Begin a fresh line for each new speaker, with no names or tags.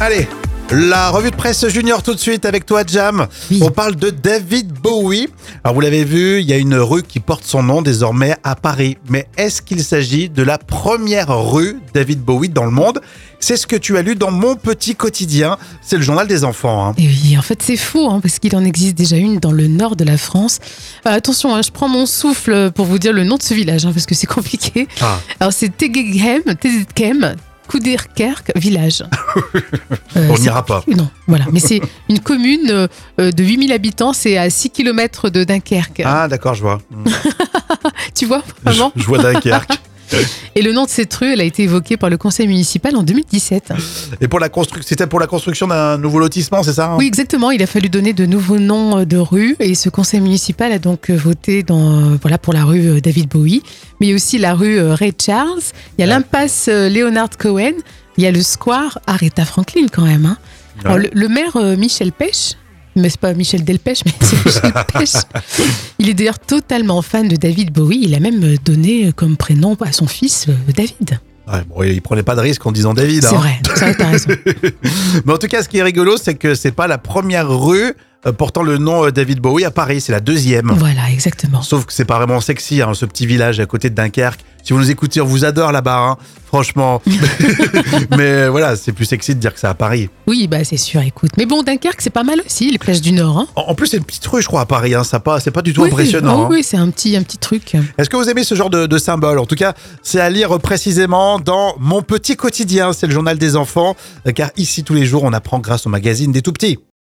Allez, la revue de presse junior tout de suite avec toi, Jam.
Oui.
On parle de David Bowie. Alors, vous l'avez vu, il y a une rue qui porte son nom désormais à Paris. Mais est-ce qu'il s'agit de la première rue David Bowie dans le monde C'est ce que tu as lu dans Mon Petit Quotidien. C'est le journal des enfants. hein.
Et oui, en fait, c'est faux, hein, parce qu'il en existe déjà une dans le nord de la France. Euh, attention, hein, je prends mon souffle pour vous dire le nom de ce village, hein, parce que c'est compliqué.
Ah.
Alors, c'est Tegeghem, Tegeghem, Kouderkerk, village. Euh,
On
c'est-
n'ira pas.
Non, voilà. Mais c'est une commune euh, euh, de 8000 habitants, c'est à 6 km de Dunkerque.
Ah, d'accord, je vois. Mm.
Tu vois,
je,
vraiment
je vois Dunkerque.
Et le nom de cette rue, elle a été évoquée par le conseil municipal en 2017.
Et pour la construction, c'était pour la construction d'un nouveau lotissement, c'est ça hein
Oui, exactement. Il a fallu donner de nouveaux noms euh, de rues et ce conseil municipal a donc euh, voté dans, euh, voilà, pour la rue euh, David Bowie, mais il y a aussi la rue euh, Ray Charles, il y a
Ouais.
l'impasse euh, Leonard Cohen, il y a le square Aretha Franklin quand même. hein. Alors,
Ouais.
le, le maire euh, Michel Pêche, mais c'est pas Michel Delpech, mais c'est Michel Pêche. Il est d'ailleurs totalement fan de David Bowie. Il a même euh, donné euh, comme prénom à son fils euh, David.
Ouais, bon, il prenait pas de risque en disant David.
C'est
hein.
vrai, c'est vrai, t'as raison.
Mais en tout cas, ce qui est rigolo, c'est que c'est pas la première rue euh, portant le nom euh, David Bowie à Paris, c'est la deuxième.
Voilà, exactement.
Sauf que c'est pas vraiment sexy, hein, ce petit village à côté de Dunkerque. Si vous nous écoutez, on vous adore là-bas, hein, franchement. Mais euh, voilà, c'est plus sexy de dire que c'est à Paris.
Oui, bah c'est sûr, écoute. Mais bon, Dunkerque, c'est pas mal aussi, les plages du Nord. Hein.
En, en plus, c'est une petite rue, je crois, à Paris. Hein, ça pas, c'est pas du tout
Oui,
impressionnant.
ah
hein.
oui, c'est un petit, un petit truc.
Est-ce que vous aimez ce genre de, de symbole En tout cas, c'est à lire euh, précisément dans Mon Petit Quotidien. C'est le journal des enfants, euh, car ici tous les jours, on apprend grâce au magazine des tout petits.